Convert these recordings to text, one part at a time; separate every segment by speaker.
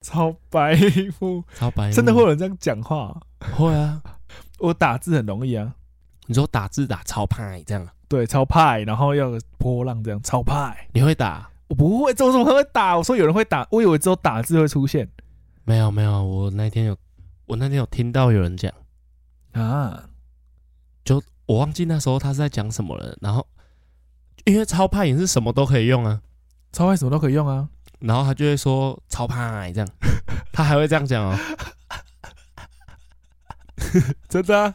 Speaker 1: 超白目，
Speaker 2: 超白目，
Speaker 1: 真的会有人这样讲话？
Speaker 2: 会啊。
Speaker 1: 我打字很容易啊，
Speaker 2: 你说打字打超派这样啊，
Speaker 1: 对，超派，然后要有波浪这样，超派。
Speaker 2: 你会打？
Speaker 1: 我不会，这我怎么会打？我说有人会打，我以为只有打字会出现
Speaker 2: 没有没有，我那天有，我那天有听到有人讲，
Speaker 1: 啊。
Speaker 2: 我忘记那时候他是在讲什么了。然后因为超派也是什么都可以用啊，
Speaker 1: 超派什么都可以用啊，
Speaker 2: 然后他就会说超派 这样，他还会这样讲哦。
Speaker 1: 真的啊，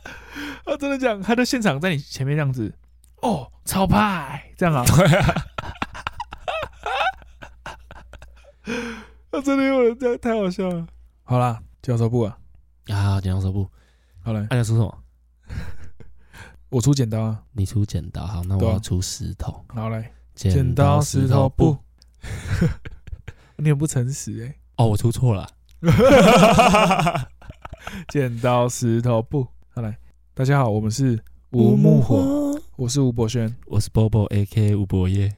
Speaker 1: 啊真的讲，他在现场在你前面这样子，哦，超派这样啊，
Speaker 2: 对啊，
Speaker 1: 啊真的有人这样，太好笑了。好啦，教授部啊，
Speaker 2: 啊，剪刀手部，
Speaker 1: 好了，
Speaker 2: 啊那、你要出什么？
Speaker 1: 我出剪刀啊，
Speaker 2: 你出剪刀，好，那我
Speaker 1: 对啊
Speaker 2: 要出石头。
Speaker 1: 好来，
Speaker 2: 剪刀石头布。，
Speaker 1: 你很不诚实 哎、
Speaker 2: 哦，我出错了。
Speaker 1: 剪刀石头布，好来，大家好，我们是吴木火，，我是吴博轩，
Speaker 2: 我是 Bobo A K 吴博业。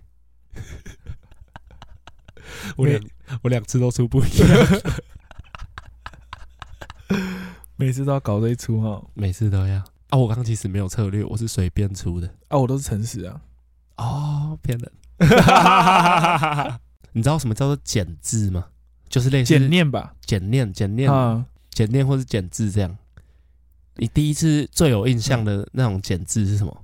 Speaker 2: 我两我两次都出不一样，
Speaker 1: 每次都要搞这一出哈，
Speaker 2: 每次都要。啊，我刚刚其实没有策略，我是随便出的。
Speaker 1: 啊，我都是诚实 啊，
Speaker 2: 哦，骗人。 你知道什么叫做简字吗？就是类似
Speaker 1: 简念吧，
Speaker 2: 简念、简念、
Speaker 1: 啊，
Speaker 2: 简念，或是简字这样。你第一次最有印象的那种简字是什么？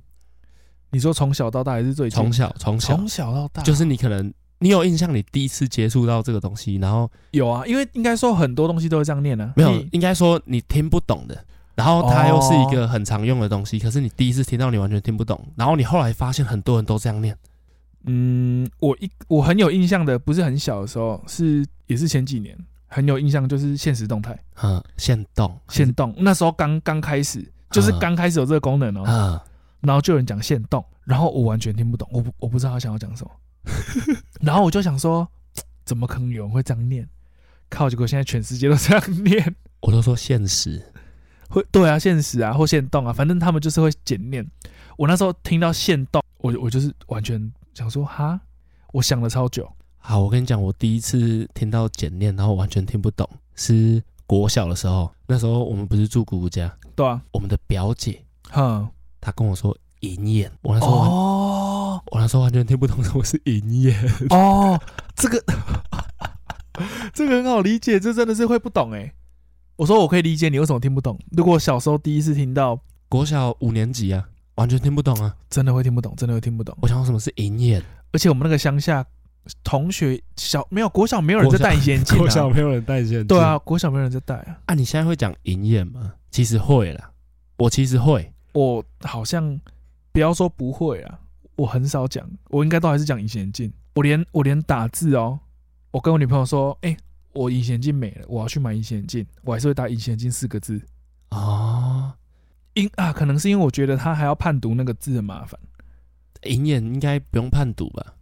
Speaker 1: 你说从小到大还是最
Speaker 2: 从
Speaker 1: 简
Speaker 2: 小，嗯从小，
Speaker 1: 从小到大，
Speaker 2: 就是你可能你有印象，你第一次接触到这个东西，然后
Speaker 1: 有啊，因为应该说很多东西都是这样念啊，
Speaker 2: 没有
Speaker 1: 你，
Speaker 2: 应该说你听不懂的，然后它又是一个很常用的东西，可是你第一次听到你完全听不懂，然后你后来发现很多人都这样念，
Speaker 1: 嗯，我一我很有印象的，不是很小的时候，是也是前几年很有印象，就是现实动态、
Speaker 2: 嗯，现动，
Speaker 1: 现动，那时候刚刚开始，就是
Speaker 2: 嗯
Speaker 1: 刚开始有这个功能哦、
Speaker 2: 嗯，
Speaker 1: 然后就有人讲限动，然后我完全听不懂，我不我不知道他想要讲什么， 然后我就想说，怎么可能有人会这样念？靠！结果现在全世界都这样念，
Speaker 2: 我都说现实，
Speaker 1: 会对啊，现实啊或限动啊，反正他们就是会简念。我那时候听到限动，我我就是完全想说哈，我想了超久，
Speaker 2: 好，我跟你讲，我第一次听到简念，然后我完全听不懂，是国小的时候，那时候我们不是住姑姑家，
Speaker 1: 对啊，
Speaker 2: 我们的表姐
Speaker 1: 哼，
Speaker 2: 她跟我说银眼，我那时候完、
Speaker 1: 哦
Speaker 2: 我那时候完全听不懂什么是银 眼，
Speaker 1: 哦，这个 这个很好理解，这真的是会不懂哎、我说我可以理解你为什么听不懂，如果小时候第一次听到，
Speaker 2: 国小五年级啊，完全听不懂啊，
Speaker 1: 真的会听不懂，真的会听不懂。
Speaker 2: 我想说什么是银眼。
Speaker 1: 而且我们那个乡下同学小没有国小没有人在戴眼镜、啊，
Speaker 2: 没有人戴眼镜
Speaker 1: 对啊，，国小没有人在戴啊。
Speaker 2: 啊，你现在会讲银眼吗？其实会啦，我其实会，
Speaker 1: 我好像不要说不会啊，我很少讲，我应该都还是讲隐形眼镜。我连我连打字哦，我跟我女朋友说，哎、我隐形眼镜没了，我要去买隐形眼镜，我还是会打隐形眼镜四个字。
Speaker 2: 哦，
Speaker 1: 因啊， 可能是因为我觉得他还要判读那个字很麻烦。
Speaker 2: 银眼应该不用判读吧？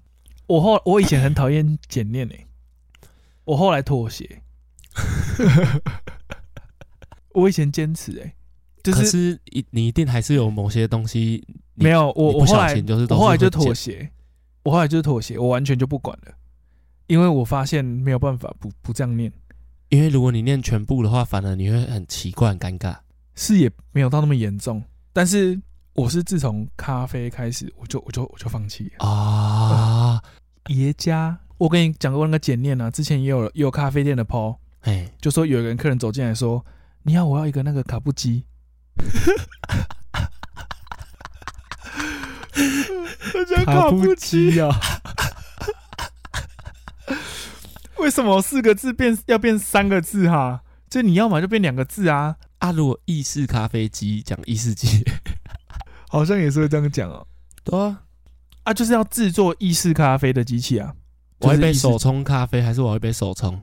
Speaker 1: 我后我以前很讨厌简念诶、我后来妥协。 我以前坚持诶、就
Speaker 2: 可
Speaker 1: 是
Speaker 2: 是一你一定还是有某些东西你
Speaker 1: 没有我
Speaker 2: 你
Speaker 1: 我
Speaker 2: 不
Speaker 1: 后
Speaker 2: 小
Speaker 1: 来
Speaker 2: 心就是都
Speaker 1: 我
Speaker 2: 是
Speaker 1: 后来就
Speaker 2: 会剪
Speaker 1: 妥协，我后来就妥协，我完全就不管了，因为我发现没有办法不不这样念，
Speaker 2: 因为如果你念全部的话，反而你会很奇怪、很尴尬。
Speaker 1: 是也没有到那么严重，但是我是自从咖啡开始，我就我就我就放弃了。
Speaker 2: 啊，
Speaker 1: 爷家，我跟你讲过那个简念啊，之前也有也有咖啡店的 PO，
Speaker 2: 哎、
Speaker 1: 就说有一个人客人走进来说：“你好，我要一个那个卡布 基。”
Speaker 2: 卡布
Speaker 1: 基啊？ 为什么四个字变要变三个字哈、就你要嘛就变两个字啊，
Speaker 2: 啊，如果意式咖啡机讲意式机，
Speaker 1: 好像也是会这样讲哦。
Speaker 2: 对啊，
Speaker 1: 啊，就是要制作意式咖啡的机器啊。
Speaker 2: 我会
Speaker 1: 就是
Speaker 2: 杯
Speaker 1: 意式
Speaker 2: 手冲咖啡，还是我会杯手冲？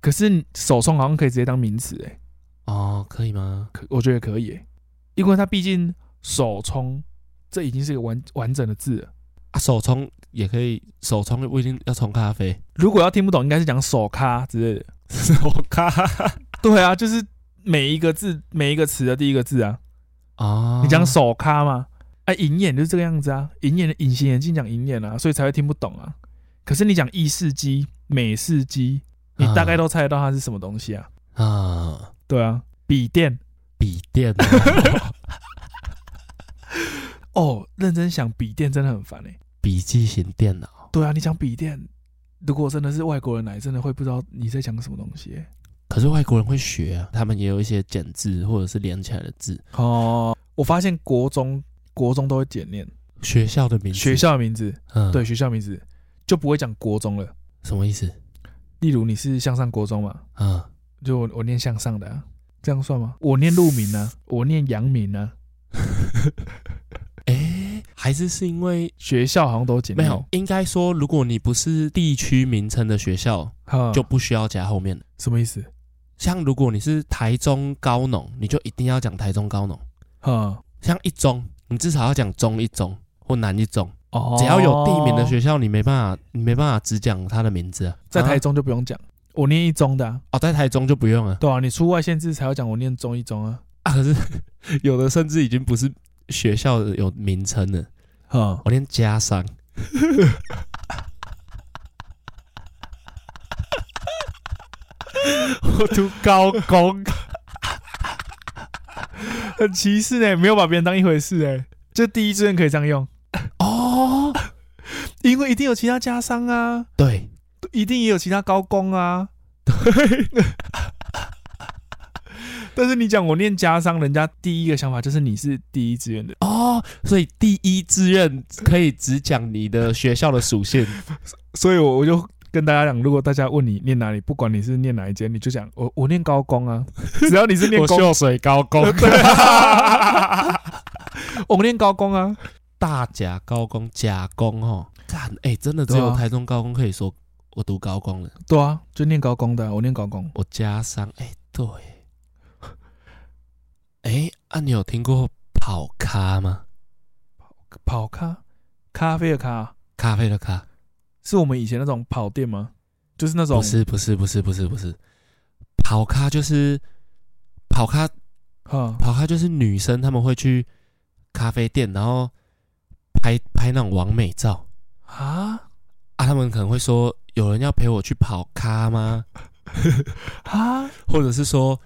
Speaker 1: 可是手冲好像可以直接当名词哎、
Speaker 2: 哦，可以吗？
Speaker 1: 可我觉得可以欸、因为它毕竟手冲，这已经是一个完完整的字了。
Speaker 2: 啊，手冲也可以，手冲不一定要冲咖啡。
Speaker 1: 如果要听不懂，应该是讲手咖之类的。
Speaker 2: 手咖
Speaker 1: 对啊，就是每一个字每一个词的第一个字啊。
Speaker 2: 啊，
Speaker 1: 你讲手咖嘛？哎、银眼就是这个样子啊，银眼的隐形眼镜讲银眼啊，所以才会听不懂啊。可是你讲意式机、美式机，你大概都猜得到它是什么东西啊？
Speaker 2: 啊，
Speaker 1: 对啊，笔电
Speaker 2: 笔电啊、
Speaker 1: 哦，认真想笔电真的很烦哎、
Speaker 2: 笔记型电脑。
Speaker 1: 对啊，你讲笔电，如果真的是外国人来，真的会不知道你在讲什么东西欸、
Speaker 2: 可是外国人会学啊，他们也有一些简字或者是连起来的字，
Speaker 1: 哦，我发现国中国中都会简念
Speaker 2: 学校的名字，
Speaker 1: 学校的名字，
Speaker 2: 嗯，
Speaker 1: 对，学校名字就不会讲国中了。
Speaker 2: 什么意思？
Speaker 1: 例如你是向上国中嘛，
Speaker 2: 嗯，
Speaker 1: 就我我念向上的、啊，这样算吗？我念陆名呢、我念阳明啊呢、
Speaker 2: 哎、还是是因为
Speaker 1: 学校好像都简
Speaker 2: 没
Speaker 1: 念
Speaker 2: 有，，应该说，如果你不是地区名称的学校，
Speaker 1: 哈
Speaker 2: 就不需要加后面的。
Speaker 1: 什么意思？
Speaker 2: 像如果你是台中高农，你就一定要讲台中高农。
Speaker 1: 哈
Speaker 2: 像一中，你至少要讲中一中或南一中，
Speaker 1: 哦，
Speaker 2: 只要有地名的学校，你没办法，你没办法只讲它的名字啊。
Speaker 1: 在台
Speaker 2: 啊
Speaker 1: 中就不用讲，我念一中的、啊，
Speaker 2: 哦，在台中就不用了。
Speaker 1: 对啊，你出外县市才要讲我念中一中啊，
Speaker 2: 啊，可是 有的甚至已经不是学校的有名称了，
Speaker 1: 哈，
Speaker 2: 我连加上。
Speaker 1: 我读高工，很歧视哎、没有把别人当一回事哎、就第一志愿可以这样用，
Speaker 2: 哦，
Speaker 1: 因为一定有其他家商啊，
Speaker 2: 对，
Speaker 1: 一定也有其他高工啊，对。但是你讲我念家商，人家第一个想法就是你是第一志愿的，
Speaker 2: 哦，所以第一志愿可以只讲你的学校的属性。
Speaker 1: 所以我我就跟大家讲，如果大家问你念哪里，不管你是念哪一间，你就讲我我念高工啊，只要你是 念工，
Speaker 2: 水 高工
Speaker 1: 我念高工啊，
Speaker 2: 大甲高工、甲工哦，干哎、真的只
Speaker 1: 对
Speaker 2: 有
Speaker 1: 啊
Speaker 2: 台中高工可以说我读高工了，
Speaker 1: 对啊，就念高工的啊，我念高工，
Speaker 2: 我加上哎、对，哎、啊，你有听过跑咖吗？
Speaker 1: 跑咖，咖啡的咖啊，
Speaker 2: 咖啡的咖？
Speaker 1: 是我们以前那种跑店吗？就是那种
Speaker 2: 不是不是不是不是不是，跑咖就是跑咖
Speaker 1: 哈
Speaker 2: 跑咖就是女生她们会去咖啡店，然后拍拍那种完美照
Speaker 1: 啊
Speaker 2: 啊，她们可能会说有人要陪我去跑咖吗？
Speaker 1: 啊，
Speaker 2: 或者是说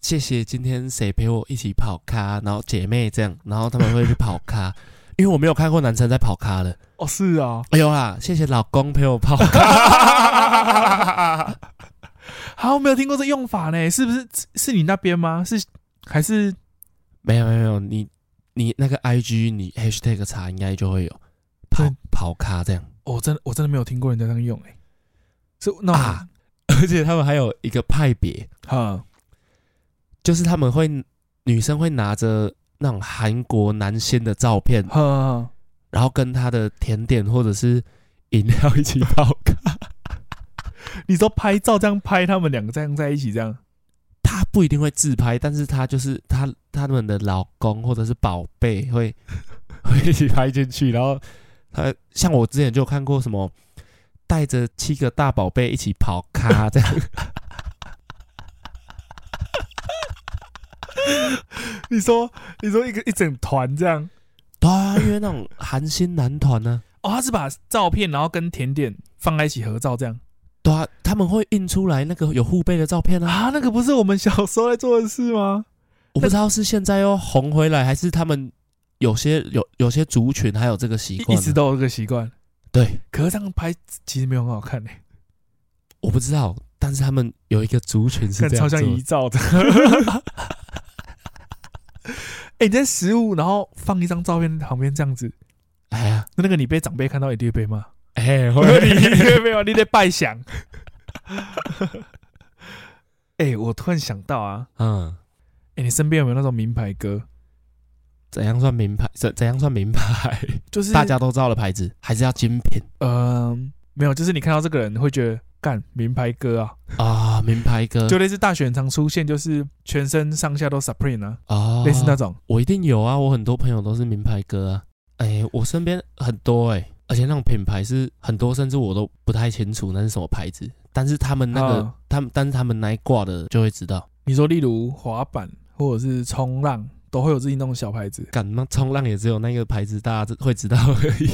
Speaker 2: 谢谢今天谁陪我一起跑咖，然后姐妹这样，然后他们会去跑咖，因为我没有看过男生在跑咖的。
Speaker 1: 哦是 啊，
Speaker 2: 哎呦啦，谢谢老公陪我跑 咖，
Speaker 1: 好，没有听过这用法呢，是不是？是是你那边吗？是还是
Speaker 2: 没有没有没有，你你那个 I G 你 hashtag 查应该就会有跑
Speaker 1: 对
Speaker 2: 跑咖这样，
Speaker 1: 我真的我真的没有听过人家这样用哎、是那
Speaker 2: 啊而且他们还有一个派别，
Speaker 1: 哈
Speaker 2: 就是他们会女生会拿着那种韩国男星的照片，
Speaker 1: 哈
Speaker 2: 然后跟他的甜点或者是饮料一起跑咖。
Speaker 1: 你说拍照这样拍，他们两个这样在一起这样，
Speaker 2: 他不一定会自拍，但是他就是他他们的老公或者是宝贝会会一起拍进去，然后他像我之前就有看过什么带着七个大宝贝一起跑咖这样，
Speaker 1: 你说你说一个一整团这样，
Speaker 2: 对啊，因为那种韩星男团啊呢、
Speaker 1: 哦，他是把照片然后跟甜点放在一起合照这样
Speaker 2: 对啊，他们会印出来那个有护背的照片啊，
Speaker 1: 啊？那个不是我们小时候在做的事吗？
Speaker 2: 我不知道是现在又红回来，还是他们有些有有些族群还有这个习
Speaker 1: 一
Speaker 2: 惯
Speaker 1: 一
Speaker 2: 呢，
Speaker 1: 直都有这个习惯，
Speaker 2: 对，
Speaker 1: 可是这样拍其实没有很好看哎、
Speaker 2: 我不知道，但是他们有一个族群是
Speaker 1: 看
Speaker 2: 这
Speaker 1: 超
Speaker 2: 样做
Speaker 1: 像
Speaker 2: 的
Speaker 1: 遗照的。 哎、你在食物，然后放一张照片旁边这样子，
Speaker 2: 哎呀，
Speaker 1: 那个你被长辈看到，一定会被骂。
Speaker 2: 哎，
Speaker 1: 我
Speaker 2: 会
Speaker 1: 说你一定会被骂，你得拜享。哎、我突然想到啊，
Speaker 2: 嗯。
Speaker 1: 哎、你身边有没有那种名牌歌？
Speaker 2: 怎样算名牌？怎怎样算名牌？
Speaker 1: 就是
Speaker 2: 大家都知道的牌子，还是要精品
Speaker 1: 嗯、没有，就是你看到这个人会觉得干名牌歌啊，
Speaker 2: 啊、名牌哥
Speaker 1: 就类似大选常出现，就是全身上下都 Supreme 啊，
Speaker 2: 啊，
Speaker 1: 类似那种。
Speaker 2: 我一定有啊，我很多朋友都是名牌哥啊。哎，我身边很多哎、而且那种品牌是很多，甚至我都不太清楚那是什么牌子，但是他们那个，
Speaker 1: 啊
Speaker 2: 他们但是他们那一挂的就会知道。
Speaker 1: 你说例如滑板或者是冲浪，都会有自己那种小牌子。
Speaker 2: 干那冲浪也只有那个牌子大家知会知道而已。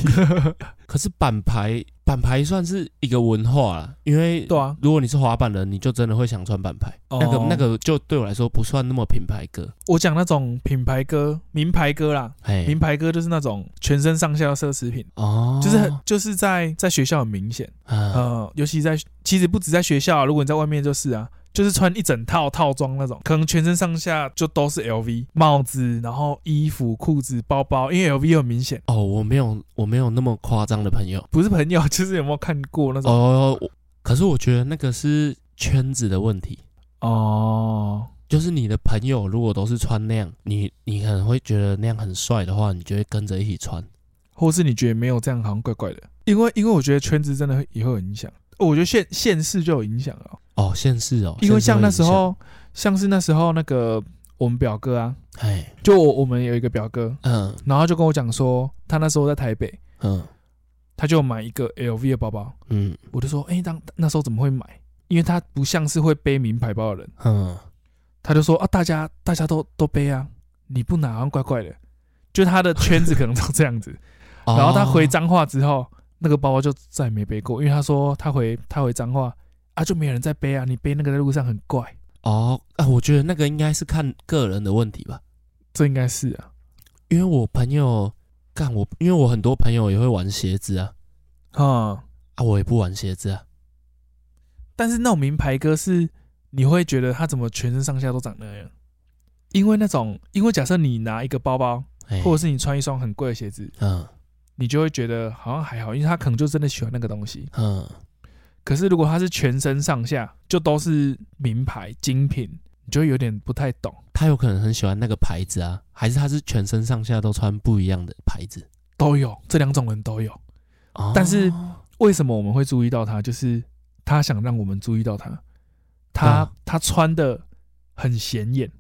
Speaker 2: 可是板牌板牌算是一个文化啦，因为
Speaker 1: 对啊，
Speaker 2: 如果你是滑板人，你就真的会想穿板牌。
Speaker 1: 哦
Speaker 2: 那个那个就对我来说不算那么品牌歌，
Speaker 1: 我讲那种品牌歌、名牌歌啦，
Speaker 2: 哎，
Speaker 1: 名牌歌就是那种全身上下的奢侈品，
Speaker 2: 哦，
Speaker 1: 就是很就是在在学校很明显，
Speaker 2: 啊，
Speaker 1: 呃，尤其在其实不止在学校、如果你在外面就是啊，就是穿一整套套装那种，可能全身上下就都是 LV 帽子，然后衣服、裤子、包包，因为 LV 很明显，
Speaker 2: 哦，我没有我没有那么夸张的朋友，
Speaker 1: 不是朋友， 就是有没有看过那种
Speaker 2: 哦，我可是我觉得那个是圈子的问题，
Speaker 1: 哦
Speaker 2: 就是你的朋友如果都是穿那样，你你可能会觉得那样很帅的话，你就会跟着一起穿。
Speaker 1: 或是你觉得没有这样好像怪怪的，因为因为我觉得圈子真的会也会有影响，我觉得县县市就有影响了，
Speaker 2: 哦，现世哦，
Speaker 1: 因为像那时
Speaker 2: 现世会
Speaker 1: 候，像是那时候那个我们表哥啊，
Speaker 2: 影响，哎，
Speaker 1: 就我我们有一个表哥，
Speaker 2: 嗯
Speaker 1: 然后他就跟我讲说，他那时候在台北，
Speaker 2: 嗯
Speaker 1: 他就买一个 LV 的包包，
Speaker 2: 嗯
Speaker 1: 我就说，哎、当那时候怎么会买？因为他不像是会背名牌包的人，
Speaker 2: 嗯，
Speaker 1: 他就说啊，大家大家都都背啊，你不拿好像怪怪的，就他的圈子可能都这样子。
Speaker 2: 哦
Speaker 1: 然后他回彰化之后，那个包包就再也没背过，因为他说他回他回彰化啊，就没有人在背啊，你背那个在路上很怪，
Speaker 2: 哦啊，我觉得那个应该是看个人的问题吧，
Speaker 1: 这应该是啊，
Speaker 2: 因为我朋友干我，因为我很多朋友也会玩鞋子啊，
Speaker 1: 嗯，
Speaker 2: 啊，我也不玩鞋子啊，
Speaker 1: 但是那种名牌哥是你会觉得他怎么全身上下都长那样，因为那种，因为假设你拿一个包包，
Speaker 2: 哎，
Speaker 1: 或者是你穿一双很贵的鞋子，
Speaker 2: 嗯
Speaker 1: 你就会觉得好像还好，因为他可能就真的喜欢那个东西。
Speaker 2: 嗯
Speaker 1: 可是如果他是全身上下就都是名牌精品，你就会有点不太懂。
Speaker 2: 他有可能很喜欢那个牌子啊，还是他是全身上下都穿不一样的牌子？
Speaker 1: 都有这两种人都有，
Speaker 2: 哦
Speaker 1: 但是为什么我们会注意到他？就是他想让我们注意到他，他、
Speaker 2: 嗯
Speaker 1: 他穿的很显眼。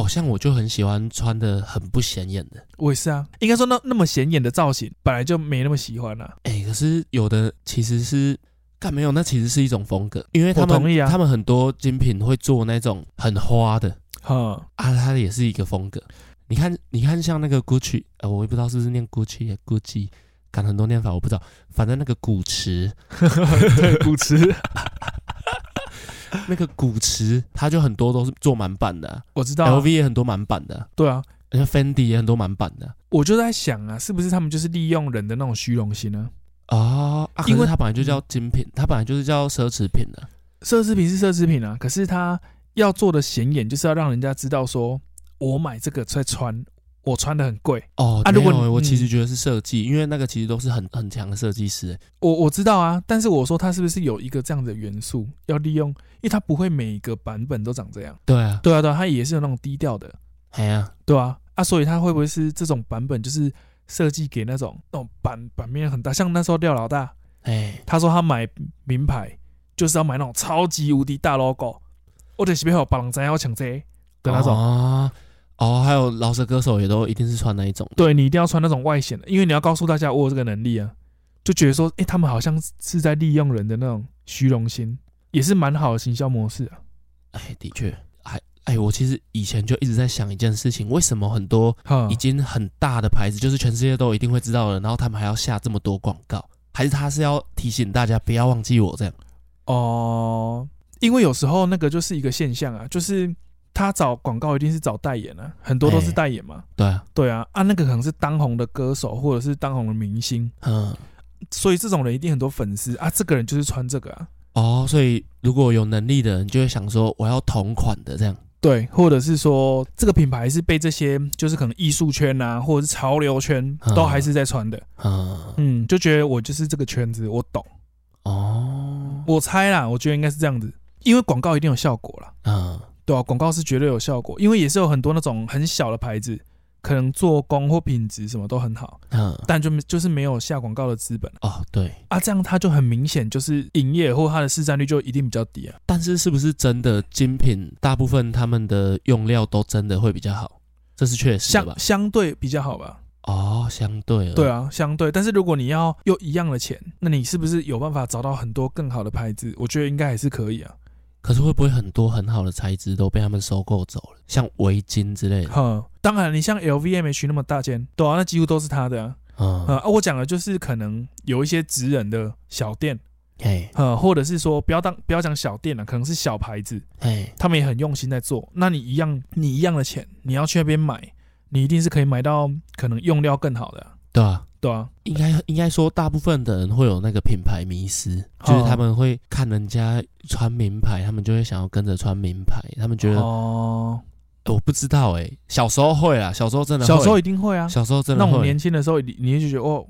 Speaker 2: 哦，像我就很喜欢穿的很不显眼的，
Speaker 1: 我也是啊，应该说那那么显眼的造型本来就没那么喜欢啦、啊
Speaker 2: 哎，可是有的其实是干没有，那其实是一种风格，因为他
Speaker 1: 我同意
Speaker 2: 们、
Speaker 1: 啊
Speaker 2: 他们很多精品会做那种很花的
Speaker 1: 嗯，
Speaker 2: 啊，它也是一个风格。你看，你看，像那个 Gucci，呃，我也不知道是不是念 Gucci 欸 Gucci，看很多念法我不知道，反正那个古驰，
Speaker 1: 对，古驰，
Speaker 2: 那个古驰，它就很多都是做满版的啊、
Speaker 1: 我知道啊、
Speaker 2: l v 也很多满版的啊，
Speaker 1: 对啊，
Speaker 2: 而且 Fendi 也很多满版的啊。
Speaker 1: 我就在想啊，是不是他们就是利用人的那种虚荣心呢、
Speaker 2: 哦啊，因
Speaker 1: 因为
Speaker 2: 为它本来就叫精品，它本来就是叫奢侈品的、
Speaker 1: 奢侈品是奢侈品啊，可是他要做的显眼，就是要让人家知道说我买这个在穿，我穿的很贵。
Speaker 2: 哦
Speaker 1: 啊如果
Speaker 2: 没有欸
Speaker 1: 你
Speaker 2: 我其实
Speaker 1: 嗯
Speaker 2: 觉得是设计，因为那个其实都是很很强的设计师欸。
Speaker 1: 我我知道啊，但是我说他是不是有一个这样的元素要利用？因为他不会每一个版本都长这样。
Speaker 2: 对啊，
Speaker 1: 对啊，对啊，他也是有那种低调的，
Speaker 2: 哎呀、
Speaker 1: 对啊，啊，所以他会不会是这种版本就是设计给那种那种版版面很大，像那时候廖老大
Speaker 2: 哎，
Speaker 1: 他说他买名牌就是要买那种超级无敌大 logo，我得是不要把人知要抢这的那种。
Speaker 2: 哦哦，还有饶舌歌手也都一定是穿那一种的。
Speaker 1: 对你一定要穿那种外显的，因为你要告诉大家我有这个能力啊，就觉得说，诶，他们好像是在利用人的那种虚荣心，也是蛮好的行销模式啊。
Speaker 2: 哎，的确，哎哎，我其实以前就一直在想一件事情，为什么很多
Speaker 1: 哈
Speaker 2: 已，经很大的牌子，就是全世界都一定会知道的，然后他们还要下这么多广告？还是他是要提醒大家不要忘记我这样？
Speaker 1: 哦、因为有时候那个就是一个现象啊，就是他找广告一定是找代言啊，很多都是
Speaker 2: 哎
Speaker 1: 代言嘛。
Speaker 2: 对啊，
Speaker 1: 对啊，啊，那个可能是当红的歌手或者是当红的明星，
Speaker 2: 嗯，
Speaker 1: 所以这种人一定很多粉丝啊。这个人就是穿这个啊，
Speaker 2: 哦，所以如果有能力的人就会想说我要同款的这样。
Speaker 1: 对，或者是说这个品牌是被这些就是可能艺术圈啊，或者是潮流圈
Speaker 2: 嗯
Speaker 1: 都还是在穿的，
Speaker 2: 嗯，
Speaker 1: 嗯，就觉得我就是这个圈子，我懂，
Speaker 2: 哦，
Speaker 1: 我猜啦，我觉得应该是这样子，因为广告一定有效果啦，
Speaker 2: 嗯，
Speaker 1: 对啊，广告是绝对有效果，因为也是有很多那种很小的牌子，可能做工或品质什么都很好，
Speaker 2: 嗯，
Speaker 1: 但就就是没有下广告的资本
Speaker 2: 哦，对，
Speaker 1: 啊，这样它就很明显就是营业或它的市占率就一定比较低啊，
Speaker 2: 但是是不是真的精品，大部分他们的用料都真的会比较好？这是确实的吧
Speaker 1: 相？相对比较好吧，
Speaker 2: 哦，相对，
Speaker 1: 对，啊，相对。但是如果你要用一样的钱，那你是不是有办法找到很多更好的牌子？我觉得应该还是可以啊。
Speaker 2: 可是会不会很多很好的材质都被他们收购走了，像围巾之类的？
Speaker 1: 哼，当然，你像 LVMH 那么大间，对啊，那几乎都是他的啊。呃，
Speaker 2: 嗯，
Speaker 1: 啊我讲的就是可能有一些职人的小店，
Speaker 2: 嘿，
Speaker 1: 呃，或者是说不要当不要讲小店了，可能是小牌子，
Speaker 2: 嘿，
Speaker 1: 他们也很用心在做。那你一样，你一样的钱，你要去那边买，你一定是可以买到可能用料更好的啊、
Speaker 2: 对啊，
Speaker 1: 对啊，
Speaker 2: 应该应该说，大部分的人会有那个品牌迷失，就是他们会看人家穿名牌，他们就会想要跟着穿名牌，他们觉得、
Speaker 1: 哦，
Speaker 2: 呃我不知道哎、小时候会啦，小时候真的会
Speaker 1: 小时候一定会啊，
Speaker 2: 小时候真的
Speaker 1: 那
Speaker 2: 会，
Speaker 1: 我们 年轻的时候，你你就觉得哦，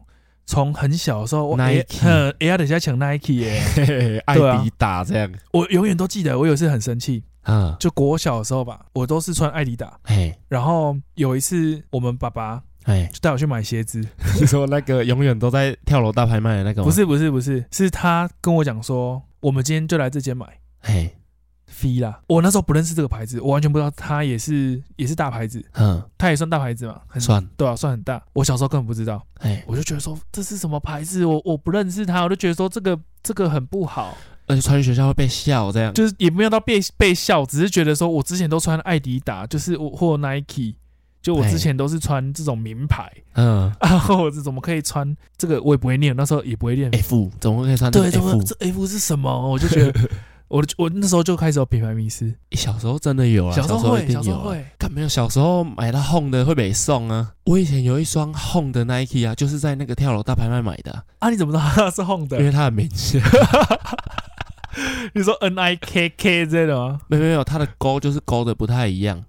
Speaker 1: 从很小的时候我
Speaker 2: Nike
Speaker 1: 哎呀，等一下抢 Nike 耶、
Speaker 2: 嘿嘿艾
Speaker 1: 对啊
Speaker 2: 迪达这样
Speaker 1: 我永远都记得，我有一次很生气，
Speaker 2: 啊，
Speaker 1: 就国小的时候吧，我都是穿艾迪达，
Speaker 2: 嘿，
Speaker 1: 然后有一次我们爸爸
Speaker 2: 哎，
Speaker 1: 就带我去买鞋子，
Speaker 2: 你说那个永远都在跳楼大拍卖的那个吗？
Speaker 1: 不，是不是不是，是他跟我讲说，我们今天就来这间买。
Speaker 2: 嘿，
Speaker 1: V 啦，我那时候不认识这个牌子，我完全不知道它也是也是大牌子，
Speaker 2: 嗯，
Speaker 1: 它也算大牌子嘛，很
Speaker 2: 算，
Speaker 1: 对啊，算很大。我小时候根本不知道，
Speaker 2: 哎，
Speaker 1: 我就觉得说这是什么牌子，我我不认识它，我就觉得说这个这个很不好。
Speaker 2: 而且穿学校会被笑这样，
Speaker 1: 就是也没有到被被笑，只是觉得说我之前都穿艾迪达，就是我或 Nike，就我之前都是穿这种名牌，
Speaker 2: 嗯
Speaker 1: 然后我是怎么可以穿这个？我也不会念，那时候也不会念。
Speaker 2: ，F 怎么可以穿这个
Speaker 1: 对，这
Speaker 2: F？
Speaker 1: 这 F 是什么？我就觉 得我我那时候就开始有品牌迷失，
Speaker 2: 小时候真的有啊，
Speaker 1: 小时
Speaker 2: 时
Speaker 1: 候
Speaker 2: 候一
Speaker 1: 会，
Speaker 2: 定
Speaker 1: 小时
Speaker 2: 有
Speaker 1: 候
Speaker 2: 啊。
Speaker 1: 会，
Speaker 2: 看没有，小时候买到 Home 的会被送啊。我以前有一双 Home 的 Nike 啊，就是在那个跳楼大拍卖买的啊、
Speaker 1: 啊，你怎么知道它是 Home
Speaker 2: 因
Speaker 1: 的？
Speaker 2: 为它很明 显，
Speaker 1: 你说 N I K K 这的吗？
Speaker 2: 没有没有，它的勾就是勾的不太一样，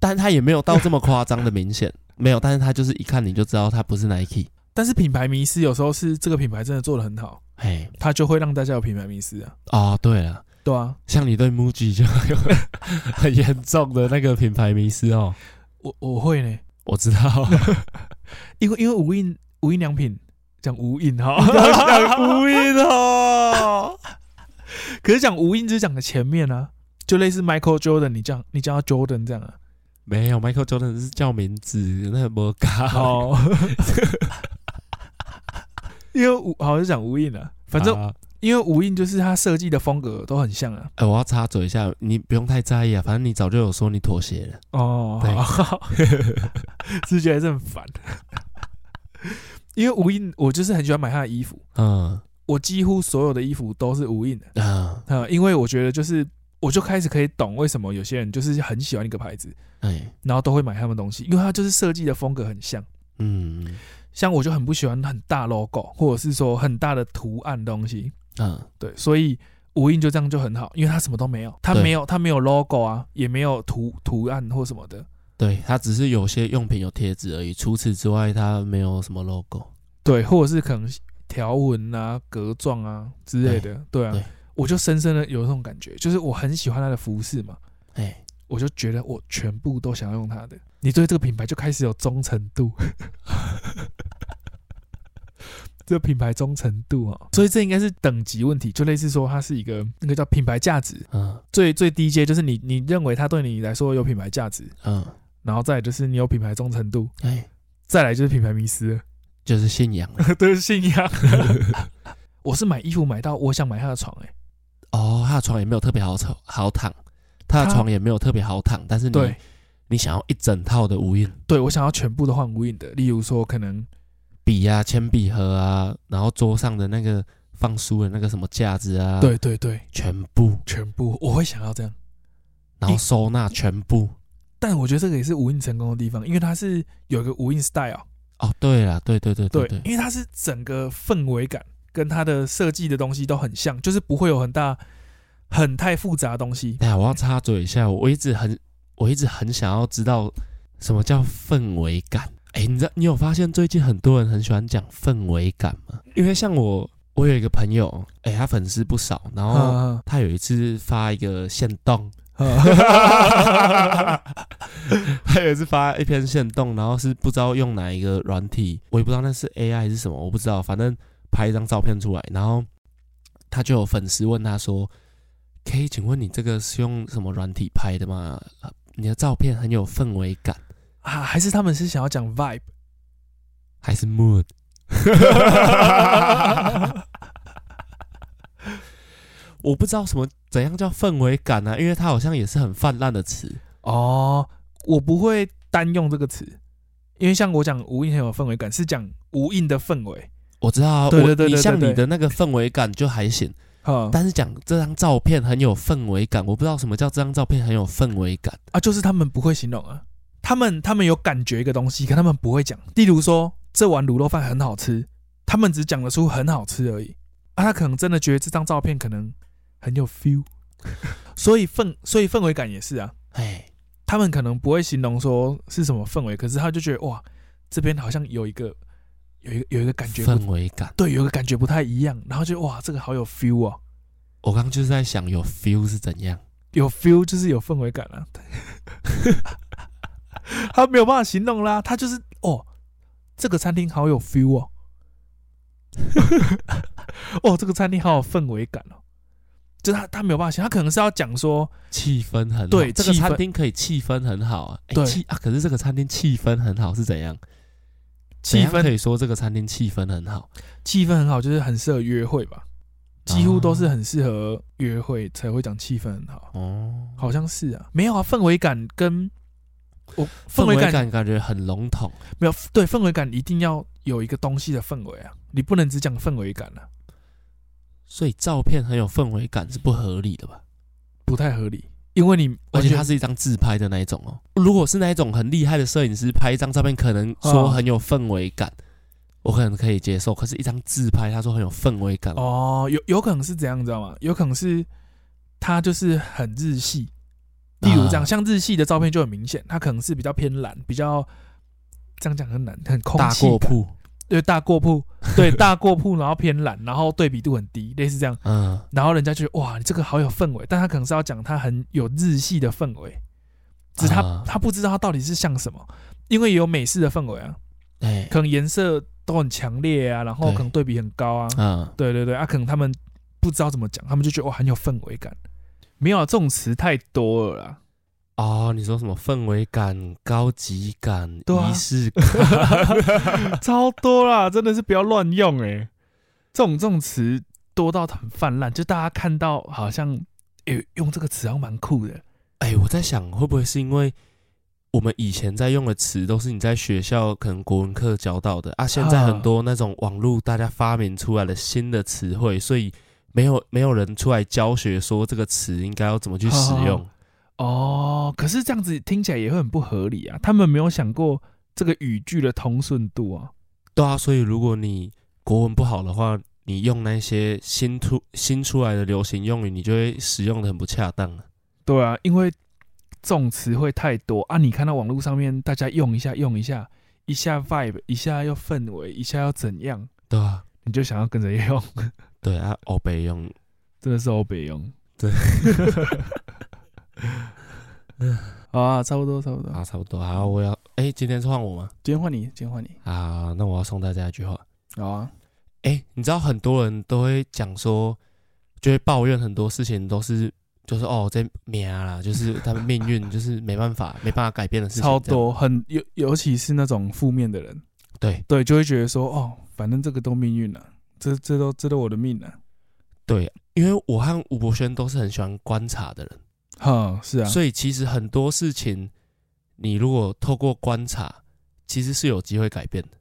Speaker 2: 但它也没有到这么夸张的明显，没有，但是它就是一看你就知道它不是 Nike，
Speaker 1: 但是品牌迷失有时候是这个品牌真的做的很好，
Speaker 2: 哎，
Speaker 1: 它就会让大家有品牌迷失啊，
Speaker 2: 哦，对了。
Speaker 1: 对啊，
Speaker 2: 像你对 MUJI 就有很严重的那个品牌迷失哦。
Speaker 1: 我我会呢，
Speaker 2: 我知道，
Speaker 1: 因为因为无印无印良品讲无印 哈，
Speaker 2: 无印哦。
Speaker 1: 可是讲无印只是讲的前面啊，就类似 Michael Jordan，你讲你叫他 Jordan 这样啊。
Speaker 2: 没有，Michael Jordan 是叫名字，那么高。
Speaker 1: 哦， 因为无好像讲无印啊，反正、
Speaker 2: 啊
Speaker 1: 因为无印就是它设计的风格都很像啊。
Speaker 2: 哎、我要插嘴一下，你不用太在意啊，反正你早就有说你妥协了。
Speaker 1: 哦，
Speaker 2: 对
Speaker 1: 好， 是不是觉得还是很烦。因为无印，我就是很喜欢买他的衣服，
Speaker 2: 嗯
Speaker 1: 我几乎所有的衣服都是无印的。
Speaker 2: 啊，
Speaker 1: 呃，因为我觉得就是，我就开始可以懂为什么有些人就是很喜欢一个牌子，
Speaker 2: 哎、
Speaker 1: 然后都会买他们东西，因为它就是设计的风格很像。
Speaker 2: 嗯
Speaker 1: 像我就很不喜欢很大 logo，或者是说很大的图案东西，
Speaker 2: 啊，
Speaker 1: 对，所以无印就这样就很好，因为它什么都没有，它
Speaker 2: 对
Speaker 1: 没有它没有 logo 啊，也没有图图案或什么的，
Speaker 2: 对，它只是有些用品有贴纸而已，除此之外它没有什么 logo。
Speaker 1: 对，或者是可能条纹啊、格状啊之类的，对啊，
Speaker 2: 对
Speaker 1: 我就深深的有这种感觉，就是我很喜欢它的服饰嘛，
Speaker 2: 哎、
Speaker 1: 我就觉得我全部都想要用它的，你对这个品牌就开始有忠诚度， 这个品牌忠诚度啊、哦，所以这应该是等级问题，就类似说它是一个那个叫品牌价值，
Speaker 2: 嗯
Speaker 1: 最最低阶就是你你认为它对你来说有品牌价值，
Speaker 2: 嗯，
Speaker 1: 然后再来就是你有品牌忠诚度，
Speaker 2: 哎、
Speaker 1: 再来就是品牌迷失了，
Speaker 2: 就是信仰 了
Speaker 1: 都是信仰。 我是买衣服买到我想买他的床、欸，哎，
Speaker 2: 哦，他的床也没有特别好吵好躺，他的
Speaker 1: 他
Speaker 2: 床也没有特别好躺，但是你
Speaker 1: 对
Speaker 2: 你想要一整套的无印
Speaker 1: 对，我想要全部都换无印的，例如说可能
Speaker 2: 笔啊、铅笔盒啊，然后桌上的那个放书的那个什么架子啊，，
Speaker 1: 对对对，
Speaker 2: 全部，
Speaker 1: 全部我会想要这样。
Speaker 2: 然后收纳全部。
Speaker 1: 但我觉得这个也是无印成功的地方，因为它是有一个无印 style，啊
Speaker 2: 哦，对了，对对对
Speaker 1: 对，
Speaker 2: 对，
Speaker 1: 因为它是整个氛围感跟它的设计的东西都很像，就是不会有很大、很太复杂的东西。
Speaker 2: 哎，我要插嘴一下，我一直很我一直很想要知道什么叫氛围感。哎，你知道你有发现最近很多人很喜欢讲氛围感吗？因为像我，我有一个朋友，哎，他粉丝不少，然后。
Speaker 1: 啊
Speaker 2: 他有一次发一个线动，
Speaker 1: 嗯 啊
Speaker 2: 他有一次发一篇线动，然后是不知道用哪一个软体，我也不知道那是 AI 还是什么，我不知道，反正拍一张照片出来，然后他就有粉丝问他说：“K，请问你这个是用什么软体拍的吗？呃你的照片很有氛围感，
Speaker 1: 啊！还是他们是想要讲 vibe？
Speaker 2: 还是 mood？” 我不知道什么怎样叫氛围感啊，因为它好像也是很泛滥的词。
Speaker 1: 哦，我不会单用这个词，因为像我讲无印很有氛围感，是讲无印的氛围，
Speaker 2: 我知道啊，
Speaker 1: 对对
Speaker 2: 我
Speaker 1: 对对
Speaker 2: 你像
Speaker 1: 对哦
Speaker 2: 你的那个氛围感就还行，
Speaker 1: 哈
Speaker 2: 但是讲这张照片很有氛围感，我不知道什么叫这张照片很有氛围感。
Speaker 1: 啊，就是他们不会形容啊，他们他们有感觉一个东西，可他们不会讲。例如说这碗卤肉饭很好吃，他们只讲得出很好吃而已啊，他可能真的觉得这张照片可能很有 feel，所以氛所以氛围感也是啊，
Speaker 2: 哎，
Speaker 1: 他们可能不会形容说是什么氛围，可是他就觉得哇，这边好像有一个有一个有一个感觉不
Speaker 2: 氛围感，
Speaker 1: 对，有一个感觉不太一样，然后就哇，这个好有 feel 哦，
Speaker 2: 我刚刚就是在想有 feel 是怎样。
Speaker 1: 有 feel 就是有氛围感啊。 他没有办法形容啦，他就是哦，这个餐厅好有 feel 哦， 哦，这个餐厅好有氛围感哦，就他他没有办法形容，他可能是要讲说，
Speaker 2: 气氛很好，
Speaker 1: 对
Speaker 2: 这个
Speaker 1: 气氛
Speaker 2: 餐厅可以气氛很好啊。哎
Speaker 1: 对
Speaker 2: 气啊，可是这个餐厅气氛很好是怎样？
Speaker 1: 气
Speaker 2: 怎样可
Speaker 1: 氛
Speaker 2: 以说这个餐厅气氛很好，
Speaker 1: 气氛很好，就是很适合约会吧，几乎都是很适合约会才会讲气氛很好，
Speaker 2: 哦。
Speaker 1: 好像是啊，没有啊，氛围感跟我
Speaker 2: 氛
Speaker 1: 氛围感
Speaker 2: 感感觉很笼统，
Speaker 1: 没有对氛围感一定要有一个东西的氛围啊，你不能只讲氛围感啊，
Speaker 2: 所以照片很有氛围感是不合理的吧？
Speaker 1: 不太合理，因为你
Speaker 2: 而且它
Speaker 1: 是
Speaker 2: 是一张自拍的那一种哦。如果是那一种很厉害的摄影师拍一张照片，可能
Speaker 1: 啊
Speaker 2: 说很有氛围感，我可能可以接受。可是，一张自拍，他说很有氛围感，
Speaker 1: 哦，有有可能是怎样，你知道吗？有可能是他就是很日系，
Speaker 2: 啊
Speaker 1: 例如这样，像日系的照片就很明显，他可能是比较偏蓝，比较这样讲很难，很空
Speaker 2: 大
Speaker 1: 气
Speaker 2: 过
Speaker 1: 感，
Speaker 2: 铺，
Speaker 1: 对大过铺， 对大过铺，然后偏蓝，然后对比度很低，类似这样，
Speaker 2: 嗯，
Speaker 1: 然后人家就觉得哇，你这个好有氛围，但他可能是要讲他很有日系的氛围，只是他、
Speaker 2: 啊
Speaker 1: 他不知道他到底是像什么，因为也有美式的氛围啊，
Speaker 2: 哎，
Speaker 1: 可能颜色都很强烈啊，然后
Speaker 2: 对
Speaker 1: 可能对比很高啊，
Speaker 2: 嗯，
Speaker 1: 对对对啊，可能他们不知道怎么讲，他们就觉得哇很有氛围感，没有啊、这种词太多了啦，
Speaker 2: 哦，你说什么氛围感、高级感、
Speaker 1: 对啊
Speaker 2: 仪式感？
Speaker 1: 超多啦，真的是不要乱用哎、这种这种词多到很泛滥，就大家看到好像诶、用这个词好像蛮酷的，
Speaker 2: 哎，我在想，会不会是因为我们以前在用的词都是你在学校可能国文课教到的啊，现在
Speaker 1: 啊
Speaker 2: 很多那种网络大家发明出来的新的词汇，所以没有没有人出来教学说这个词应该要怎么去使用。
Speaker 1: 哦，可是这样子听起来也会很不合理啊！他们没有想过这个语句的通顺度啊。
Speaker 2: 对啊，所以如果你国文不好的话，你用那些新出新出来的流行用语，你就会使用的很不恰当了。
Speaker 1: 对啊，因为这种词汇太多啊，你看到网络上面大家用一下用一下，一下 vibe，一下要氛围，一下要怎样，
Speaker 2: 对啊，
Speaker 1: 你就想要跟着用，
Speaker 2: 对啊，欧北用
Speaker 1: 真的是欧北用。
Speaker 2: 对，
Speaker 1: 好啊，差不多差不多。
Speaker 2: 啊，差不多。好，我要哎、今天是换我吗？
Speaker 1: 今天换你，今天换你。
Speaker 2: 啊，那我要送大家一句话。
Speaker 1: 好啊，
Speaker 2: 哎、你知道很多人都会讲说，就会抱怨很多事情都是就是哦这命啦，就是他们命运就是没办法没办法改变的事情，
Speaker 1: 超
Speaker 2: 这样。
Speaker 1: 多，很尤尤其是那种负面的人，
Speaker 2: 对
Speaker 1: 对，就会觉得说，哦，反正这个都命运了、这这都这都我的命了、
Speaker 2: 对，因为我和吴博轩都是很喜欢观察的人，
Speaker 1: 哈，是啊，
Speaker 2: 所以其实很多事情你如果透过观察，其实是有机会改变的。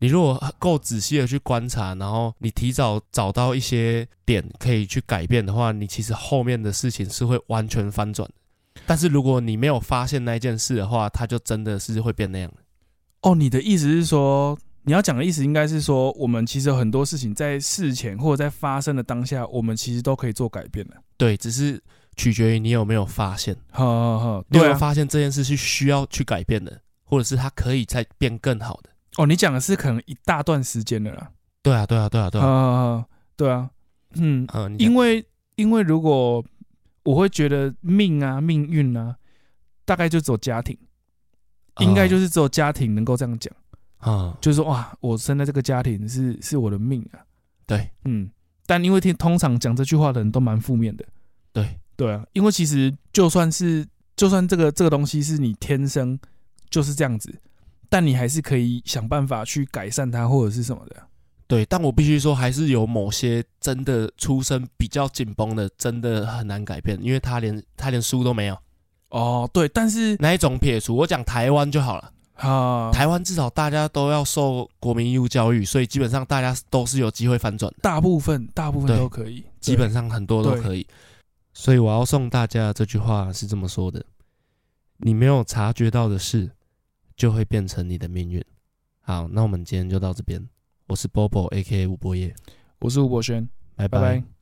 Speaker 2: 你如果够仔细的去观察，然后你提早找到一些点可以去改变的话，你其实后面的事情是会完全翻转的。但是如果你没有发现那件事的话，它就真的是会变那样的。
Speaker 1: 哦，你的意思是说，你要讲的意思应该是说，我们其实有很多事情在事前或者在发生的当下，我们其实都可以做改变的。
Speaker 2: 对，只是取决于你有没有发现，
Speaker 1: 哈哈哈，
Speaker 2: 你
Speaker 1: 对
Speaker 2: 有没有
Speaker 1: 啊，
Speaker 2: 发现这件事是需要去改变的，或者是它可以再变更好的。
Speaker 1: 哦，你讲的是可能一大段时间的啦。
Speaker 2: 对啊，对啊，对啊，对
Speaker 1: 哈
Speaker 2: 啊。
Speaker 1: 哈哈，对啊，嗯，
Speaker 2: 嗯、你讲
Speaker 1: 因为因为如果我会觉得命啊、命运啊，大概就只有家庭，
Speaker 2: 哦
Speaker 1: 应
Speaker 2: 啊
Speaker 1: 该就是只有家庭能够这样讲，
Speaker 2: 嗯嗯
Speaker 1: 就是说哇，我生在这个家庭是是我的命啊。
Speaker 2: 对
Speaker 1: 嗯，但因为听通常讲这句话的人都蛮负面的。
Speaker 2: 对。
Speaker 1: 对啊，因为其实就算是就算这个这个东西是你天生就是这样子，但你还是可以想办法去改善它或者是什么的。
Speaker 2: 对，但我必须说，还是有某些真的出身比较紧绷的，真的很难改变，因为他连他连书都没有，
Speaker 1: 哦，对，但是
Speaker 2: 哪一种撇除？我讲台湾就好了。
Speaker 1: 啊，
Speaker 2: 台湾至少大家都要受国民义务教育，所以基本上大家都是有机会翻转的，
Speaker 1: 大部分大部分
Speaker 2: 对
Speaker 1: 都可以，
Speaker 2: 基本上很多都
Speaker 1: 对
Speaker 2: 可以。所以我要送大家这句话是这么说的：你没有察觉到的事，就会变成你的命运。好，那我们今天就到这边。我是 Bobo A K A 吴博业，
Speaker 1: 对我是吴博轩，拜
Speaker 2: 拜
Speaker 1: 拜
Speaker 2: 拜